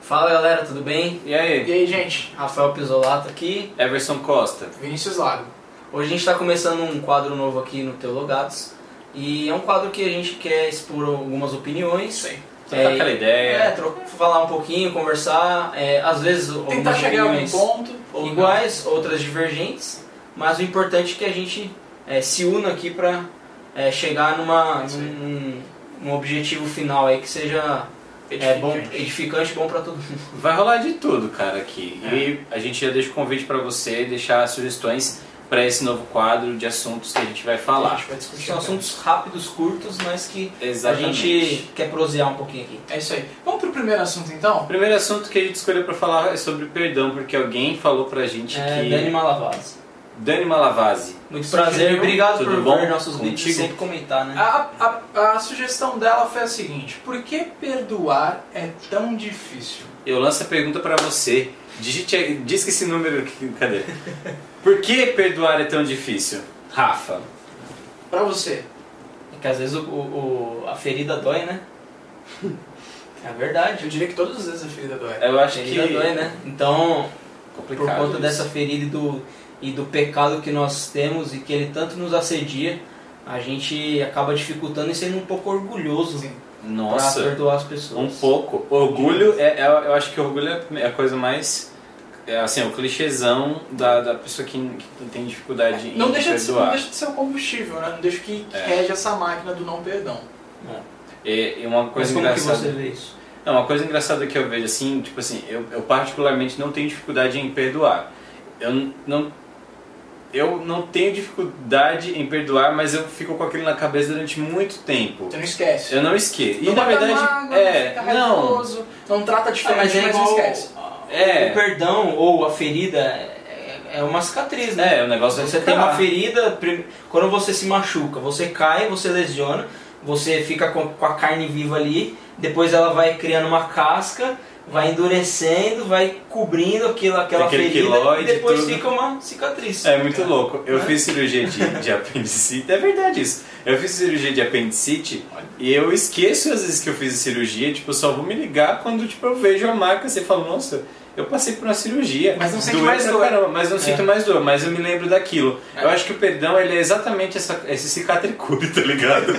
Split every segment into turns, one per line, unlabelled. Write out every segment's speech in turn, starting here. Fala galera, tudo bem?
E aí?
E aí, gente?
Rafael Pisolato aqui.
Everson Costa.
Vinícius Lago.
Hoje a gente está começando um quadro novo aqui no Teologados. E é um quadro que a gente quer expor algumas opiniões.
É Isso aí.
Trocar tá aquela ideia.
É, tro- falar um pouquinho, conversar. é, às vezes
Tentar
algumas
chegar a algum
opiniões
ponto. é, ou não.
iguais, outras divergentes. Mas o importante é que a gente é, se una aqui para chegar numa,
Isso aí.
num, num objetivo final aí que seja é, bom,
Edificante.
edificante, bom para todo mundo.
Vai rolar de tudo, cara, aqui.
É.
E a gente já deixa o convite pra você deixar sugestões pra esse novo quadro de assuntos que a gente vai
A
falar.
gente vai discutir.
São
até.
assuntos rápidos, curtos, mas que
Exatamente.
A gente quer prosear um pouquinho aqui.
É isso aí. Vamos pro primeiro assunto então?
O primeiro assunto que a gente escolheu pra falar é sobre perdão, porque alguém falou pra gente
É,
que...
Dani Malavaz.
Dani Malavasi.
Muito
Sugeriu.
prazer, obrigado
Tudo
por
bom?
ver nossos vídeos e
Contigo?
sempre comentar, né?
A, a- a sugestão dela foi a seguinte: por que perdoar é tão difícil?
Eu lanço a pergunta pra você. Digite, aí- diz que esse número... aqui- Cadê? Por que perdoar é tão difícil? Rafa.
Pra você.
É que às vezes o, o- o- a ferida dói, né? É verdade.
Eu diria que todas as vezes a ferida dói.
Eu
A
acho que...
ferida dói, né? Então, por
Complicado
conta
isso.
dessa ferida e do, e do pecado que nós temos e que ele tanto nos assedia, a gente acaba dificultando e sendo um pouco orgulhoso
Sim.
Nossa.
para perdoar as
Um
pessoas.
pouco. Orgulho, é, é- eu acho que orgulho é a coisa mais. É, assim, o clichêzão da, da pessoa que, que tem dificuldade em
Não deixa, de, ser- não
perdoar.
deixa de ser o combustível, né? Não deixa que, que
É.
rege essa máquina do não perdão.
E, e uma
Mas
coisa
como que
engraçada.
você vê isso?
Não, uma coisa engraçada que eu vejo assim, tipo assim, eu, eu particularmente não tenho dificuldade em perdoar. Eu n- não eu não tenho dificuldade em perdoar, mas eu fico com aquilo na cabeça durante muito tempo.
Você não esquece.
Eu não esqueço. E
não
na
guarda
verdade,
mágoa, não
é,
fica
não,
raivoso, não trata
Ah,
diferente,
mas é
não
igual
esquece.
É.
o perdão ou a ferida é, é uma cicatriz, né?
é, o negócio vai
Você
ficar
tem uma
lá.
ferida, prim- quando você se machuca, você cai, você lesiona, você fica com, com a carne viva ali, depois ela vai criando uma casca, vai endurecendo, vai cobrindo aquilo, aquela
Aquele
ferida e
queloide,
depois
tudo.
fica uma cicatriz.
É muito louco. Eu
Né?
fiz cirurgia de, de apendicite. É verdade isso. Eu fiz cirurgia de apendicite e eu esqueço às vezes que eu fiz a cirurgia. Tipo, eu só vou me ligar quando tipo, eu vejo a marca. Você fala, nossa, eu passei por uma cirurgia.
Mas não sente
Doeu
mais
pra
dor.
Caramba, mas não sinto mais dor, mas eu me lembro daquilo.
É.
Eu acho que o perdão ele é exatamente essa, esse cicatricure, tá ligado?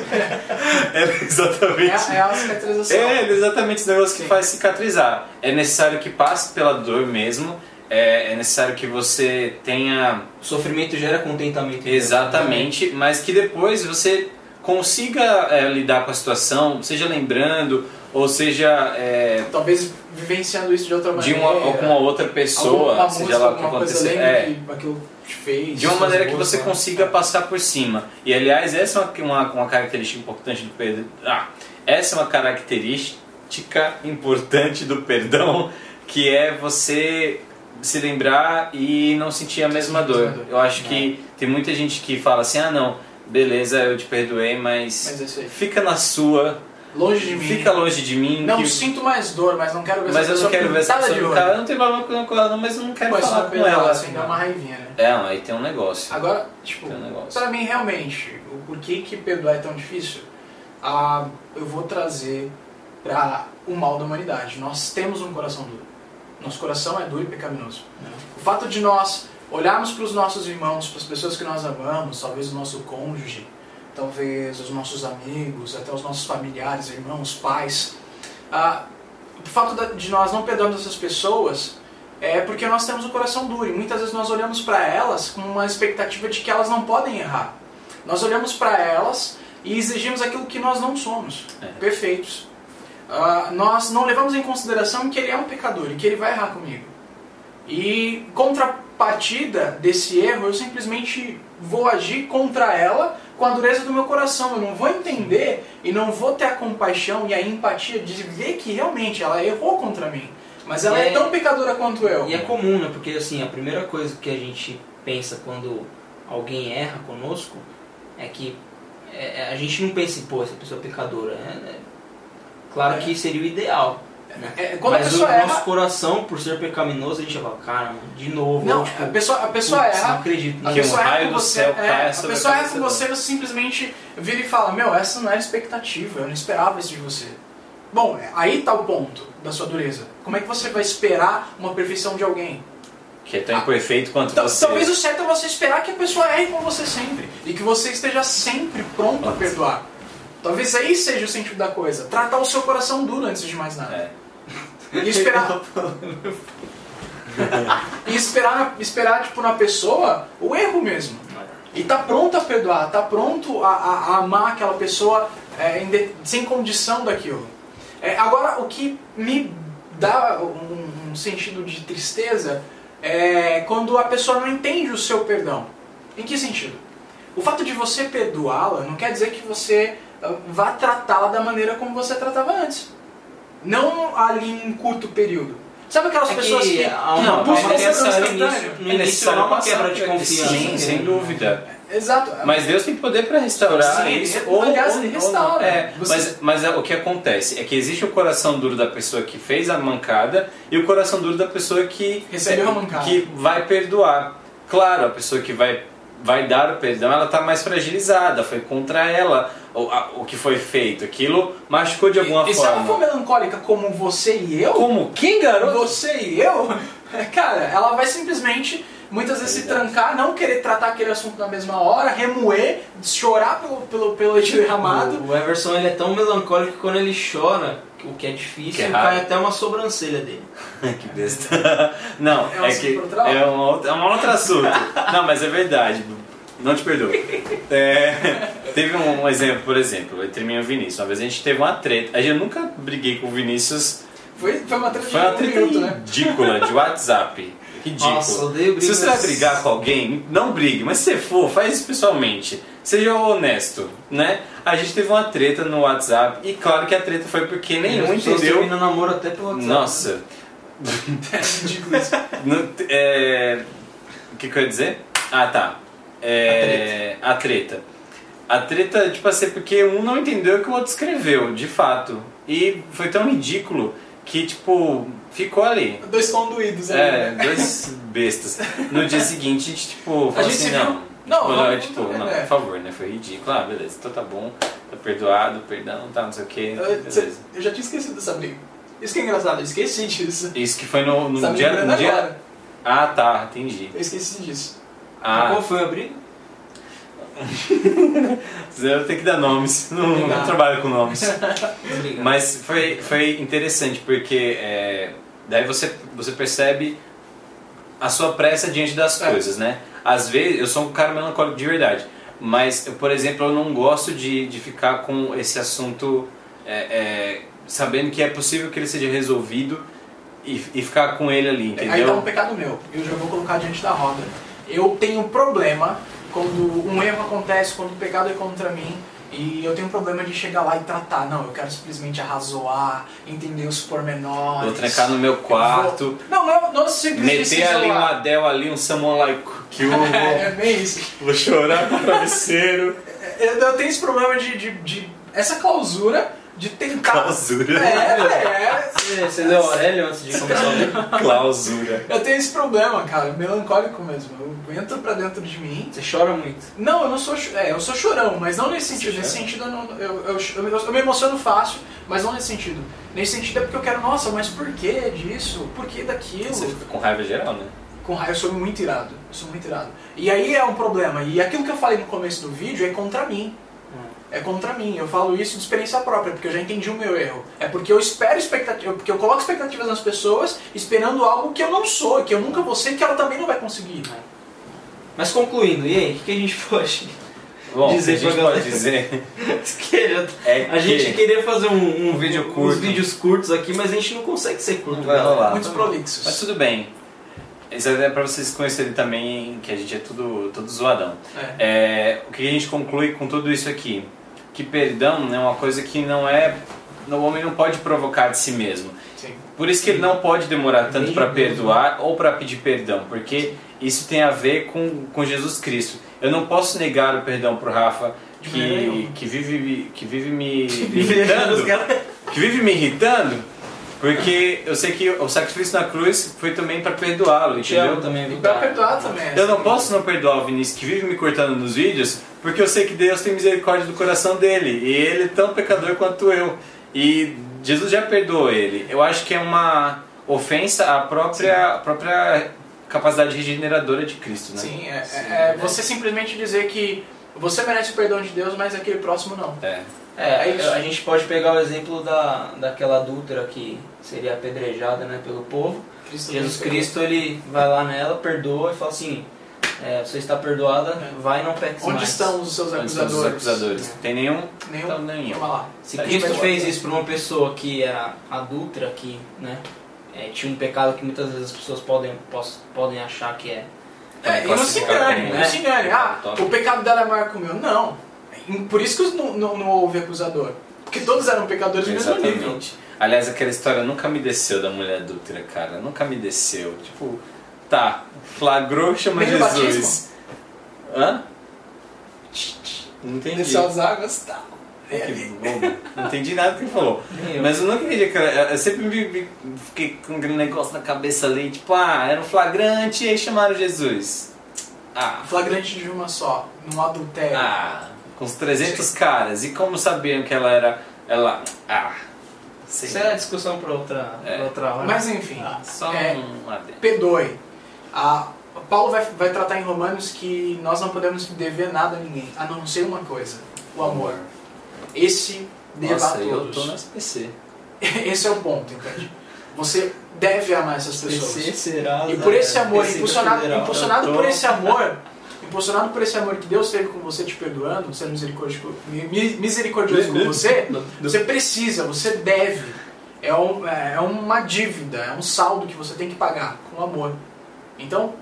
é
É,
exatamente.
a- é a cicatrização.
É, ele é exatamente o negócio que
Sim.
faz cicatrizar. É necessário que passe pela dor mesmo. É, é necessário que você tenha
O sofrimento gera contentamento.
Exatamente, mas que depois você consiga é, lidar com a situação, seja lembrando, ou seja é,
Talvez vivenciando isso de outra
de
maneira.
uma, alguma outra pessoa,
alguma
seja
música,
lá o que
alguma coisa
acontecer.
lembra
É,
que aquilo te fez.
de uma
suas
maneira que
boas,
você
né?
consiga passar por cima. E aliás, essa é uma, uma, uma característica importante do perdão. Ah, essa é uma característica importante do perdão, que é você se lembrar e não sentir a mesma dor. Eu acho que
É.
tem muita gente que fala assim: ah, não, beleza, eu te perdoei, mas
Mas é isso aí.
fica na sua,
Longe de mim.
fica longe de mim.
Não
que-
sinto mais dor, mas não quero ver
mas
essa
eu não
pessoa
quero ver essa
pintada
pessoa.
de
com
olho.
Cara, eu não tem problema com ela, mas eu não quero
Pô, isso
falar
não
com
perdão,
ela.
assim, dá uma raivinha, né?
É, aí tem um negócio.
Agora, tipo,
Tem um negócio.
pra mim realmente, o porquê que perdoar é tão difícil, ah, eu vou trazer pra o mal da humanidade. Nós temos um coração duro. Nosso coração é duro e pecaminoso. O fato de nós olharmos para os nossos irmãos, para as pessoas que nós amamos, talvez o nosso cônjuge, talvez os nossos amigos, até os nossos familiares, irmãos, pais. ah, o fato da- de nós não perdoarmos essas pessoas é porque nós temos o coração duro e muitas vezes nós olhamos para elas com uma expectativa de que elas não podem errar. Nós olhamos para elas e exigimos aquilo que nós não somos,
É.
perfeitos. Ah, nós não levamos em consideração que ele é um pecador e que ele vai errar comigo. E contrapartida desse erro, eu simplesmente vou agir contra ela com a dureza do meu coração. Eu não vou entender e não vou ter a compaixão e a empatia de ver que realmente ela errou contra mim. Mas ela
E
é,
é-
tão pecadora quanto eu.
E é comum, né? Porque assim, a primeira coisa que a gente pensa quando alguém erra conosco é que é, é, a gente não pensa em, pô, essa pessoa é pecadora. É, é, claro
É.
que seria o ideal. né?
É, quando
Mas
a pessoa
o
erra.
nosso coração, por ser pecaminoso, a gente fala, caramba, de novo.
Não,
é
ou, tipo,
a pessoa, a pessoa
putz, Não
erra.
acredito.
A
Que um
pessoa erra
raio
com
do
você,
céu
é,
caia
a
sobre a
pessoa erra
cabeça
com você, você simplesmente vira e fala, meu, essa não era expectativa, eu não esperava isso de você. Bom, é, aí tá o ponto da sua dureza. Como é que você vai esperar uma perfeição de alguém?
Que é tão imperfeito quanto
Tal-
você.
Talvez o certo é você esperar que a pessoa erre com você sempre. E que você esteja sempre pronto a
Nossa.
perdoar. Talvez aí seja o sentido da coisa. Tratar o seu coração duro antes de mais nada.
É.
E esperar, e esperar, esperar tipo, na pessoa o erro mesmo. E tá pronto a perdoar, tá pronto a, a- a amar aquela pessoa é, em de- sem condição daquilo. É, agora, o que me dá um, um sentido de tristeza é quando a pessoa não entende o seu perdão. Em que sentido? O fato de você perdoá-la não quer dizer que você ah, vá tratá-la da maneira como você tratava antes. Não ali em um curto período. Sabe aquelas
É que
pessoas que, que
há uma-
não,
Não,
busca
buscam
é
mas
esse
necessário
instantâneo?
nisso. No
é
início
necessário
há uma
passar
quebra
por
de
ele.
confiança, né?
Sim, sem
entendeu?
dúvida.
Exato.
Mas Deus tem poder para restaurar
Sim,
isso.
ele-
ou,
aliás,
ou-
ele
ou não.
restaura.
É,
Você-
mas, mas é- o que acontece é que existe o coração duro da pessoa que fez a mancada e o coração duro da pessoa que é,
Recebeu a mancada.
que vai perdoar. Claro, a pessoa que vai vai dar o perdão, ela está mais fragilizada. Foi contra ela o, a- o que foi feito. Aquilo machucou de alguma
e é um se ela
forma.
for melancólica como você e eu,
Como que garoto?
você e eu, cara, ela vai simplesmente muitas vezes se
Verdade.
trancar, não querer tratar aquele assunto na mesma hora, remoer, chorar pelo, pelo, pelo leite
Uhum.
derramado.
O Everson ele é tão melancólico que quando ele chora, o que é difícil,
Que é
cai
raro.
até uma sobrancelha dele.
que besta. Não,
É um
é,
assunto
que
pra outra hora.
é um, outro- é um outro assunto. Não, mas é verdade. Não te perdoo. É, teve um, um exemplo, por exemplo, entre mim e o Vinícius. Uma vez a gente teve uma treta. Eu nunca briguei com o Vinícius.
Foi, foi uma treta de
Foi uma
um
treta
minuto, né?
ridícula de WhatsApp. Ridículo.
Nossa, odeio
se
brigas.
você vai
assim.
brigar com alguém, não brigue, mas se você for, faz isso pessoalmente. Seja honesto, né? A gente teve uma treta no WhatsApp e claro que a treta foi porque
As
nenhum
pessoas
entendeu.
terminam namoro até pelo WhatsApp.
Nossa,
É ridículo isso.
Não te- é, O que, que eu ia dizer? Ah, tá. É, a treta. A treta, tipo assim, porque um não entendeu o que o outro escreveu, de fato. E foi tão ridículo que, tipo, ficou ali.
Dois conduídos ali,
É,
né?
dois bestas. No dia seguinte, a gente, tipo,
A
falou
gente
assim,
se viu-
não.
Não,
tipo,
vamos-
é, tipo,
vamos-
não,
é.
por favor, né? Foi ridículo. Ah, beleza, então tá bom, tá perdoado, perdão, tá, não sei o que,
Eu,
beleza.
eu já tinha esquecido dessa briga. Isso que é engraçado, eu esqueci disso.
Isso que foi no, no
Tá me
dia.
lembrando
No dia...
agora.
Ah, tá, entendi.
Eu esqueci disso.
Ah,
Qual foi a briga?
Eu tenho que dar nomes, não,
Obrigado.
não trabalho com nomes.
Briga.
Mas foi, foi interessante porque é, daí você, você percebe a sua pressa diante das
É.
coisas, né? Às vezes, eu sou um cara melancólico de verdade, mas eu, por exemplo, eu não gosto de, de ficar com esse assunto é, é, sabendo que é possível que ele seja resolvido e, e ficar com ele ali,
Aí tá um
entendeu?
pecado meu. Eu já vou colocar diante da roda. Eu tenho um problema quando um erro acontece, quando o pecado é contra mim. E eu tenho um problema de chegar lá e tratar. Não, eu quero simplesmente arrazoar, entender os pormenores.
Vou trancar no meu quarto,
Vou- Não, não, não simplesmente se
meter ali um
isolar.
Adele ali, um someone like que eu vou...
É bem isso.
Vou chorar com o travesseiro.
Eu, eu tenho esse problema de, de, de- Essa clausura de tentar. É,
Clausura.
é.
Você, você leu Aurélio antes de começar a briga?
Clausura.
Eu tenho esse problema, cara, melancólico mesmo. Eu entro pra dentro de mim
Você chora muito.
Não, eu não sou. cho- É, eu sou chorão, mas não nesse sentido.
Você
Nesse sentido eu, não, eu, eu, eu, eu me emociono fácil, mas não nesse sentido. Nesse sentido é porque eu quero, nossa, mas por que disso? Por que daquilo?
Você fica com raiva geral, né?
Com raiva eu sou muito irado. Eu sou muito irado. E aí é um problema. E aquilo que eu falei no começo do vídeo é contra mim.
Hum.
É contra mim. Eu falo isso de experiência própria, porque eu já entendi o meu erro. É porque eu espero expectativas, porque eu coloco expectativas nas pessoas esperando algo que eu não sou, que eu nunca vou ser, e que ela também não vai conseguir.
Mas concluindo, e aí, o que, que a gente pode
Bom,
Dizer
o que a
pra
gente pode
galera.
dizer
que já tá-
é que...
A gente queria fazer um, um
Vídeo
um-
curto.
uns vídeos curtos aqui, mas a gente não consegue ser curto.
Não vai
galera.
rolar. Ah,
Muitos prolixos.
Mas tudo bem. Isso é pra vocês conhecerem também que a gente é tudo, tudo zoadão.
É.
É, o que a gente conclui com tudo isso aqui? Que perdão é uma coisa que não é... O homem não pode provocar de si mesmo.
Sim.
Por isso que ele não pode demorar tanto
Bem
para
justo, né?
perdoar ou para pedir perdão, porque isso tem a ver com, com Jesus Cristo. Eu não posso negar o perdão pro Rafa
De maneira nenhuma.
que, que vive que vive me
Os
irritando,
caras-
que vive me irritando, porque eu sei que o sacrifício na cruz foi também para perdoá-lo,
Te amo
entendeu?
também, é
E
viu?
pra perdoar também. é assim.
Eu não posso não perdoar o Vinícius que vive me cortando nos vídeos, porque eu sei que Deus tem misericórdia do coração dele, e ele é tão pecador quanto eu. E Jesus já perdoou ele. Eu acho que é uma, ofensa à própria, à própria capacidade regeneradora de Cristo, né?
Sim, é,
Sim,
é- é
verdade.
você simplesmente dizer que você merece o perdão de Deus, mas aquele próximo não.
É.
É,
É isso.
a gente pode pegar o exemplo da, daquela adúltera que seria apedrejada né, pelo povo.
Cristo
Jesus
também
Cristo ele vai lá nela, perdoa e fala assim: é, você está perdoada,
É.
vai e não peques
perdeu. Onde
mais.
estão os seus
Antes dos
acusadores?
acusadores.
É.
Tem nenhum?
Nenhum.
Então, nenhum.
Vamos lá.
Se
A gente
Cristo
vai
fez
voltar.
isso para uma pessoa que era adulta, que né, é, tinha um pecado que muitas vezes as pessoas podem, pos- podem achar que é.
É, e não se
Classificar
engane,
como,
não
né?
se engane. Ah,
Top.
o pecado dela é maior que o meu. Não. Por isso que não, não, não houve acusador. Porque todos eram pecadores do mesmo
Exatamente.
nível.
Aliás, aquela história nunca me desceu da mulher adúltera, cara. Nunca me desceu. Tipo, tá, flagrou, chama
Nem no
Jesus. Hã? Não entendi.
Desceu as águas, tá.
Que bobo. Não entendi nada que ele falou.
Nem eu.
Mas eu nunca entendi aquela. Eu sempre me, me- fiquei com aquele negócio na cabeça ali, tipo, ah, era um flagrante e aí chamaram Jesus. Ah,
Flagrante de uma só, num adultério.
ah, com os 300 caras. E como sabiam que ela era. Ela. Ah, sei.
Isso é discussão para outra,
É.
pra outra hora.
Mas enfim,
Só
é,
um adendo.
perdoe. Ah, Paulo vai, vai tratar em Romanos que nós não podemos dever nada a ninguém, a não ser uma coisa: o amor. Esse deva
Nossa,
a
eu
todos.
tô né? no SPC.
Esse é o ponto, entende? Você deve amar essas pessoas.
PC, será,
E por esse
né,
amor,
Receita
impulsionado,
Federal.
impulsionado
Então-
Eu tô-
por esse amor, impulsionado por esse amor que Deus teve com você, te perdoando, sendo misericordioso, mi- mi- misericordioso com você, você precisa, você deve. É, um- é uma dívida, é um saldo que você tem que pagar com amor. Então,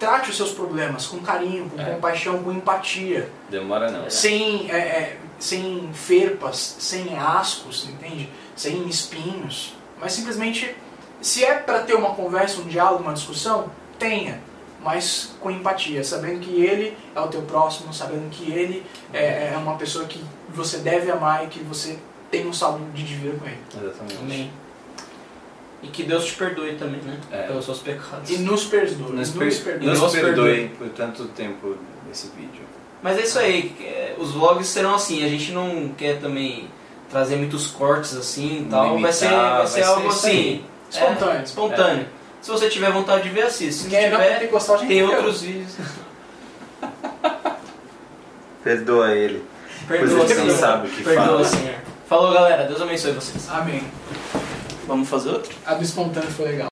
trate os seus problemas com carinho, com
É.
compaixão, com empatia.
Demora não.
Sem, é, é, sem ferpas, sem ascos, entende? Sem espinhos. Mas simplesmente, se é para ter uma conversa, um diálogo, uma discussão, tenha. Mas com empatia, sabendo que ele é o teu próximo, sabendo que ele é, é uma pessoa que você deve amar e que você tem um saldo de dívida com ele.
Exatamente.
Amém. E que Deus te perdoe também, né?
É.
Pelos seus pecados.
E nos perdoe.
Nos,
Nos,
per
perdoe.
nos
Nos
perdoe por tanto tempo nesse vídeo.
Mas é isso aí, é, os vlogs serão assim, a gente não quer também trazer muitos cortes assim e tal, vai ser,
Limitar,
vai ser algo
isso
assim,
aí.
Espontâneo.
é, espontâneo. Se você tiver vontade de ver, assiste. Se
Se
não
quem é não
tiver,
tem gostar, a gente
tem
fica.
outros vídeos.
Perdoa ele.
Perdoa,
pois ele não
Senhor.
é, sabe o que
Perdoa,
fala.
Senhor. Falou, galera. Deus abençoe vocês.
Amém.
Vamos fazer outro?
A do espontâneo foi legal.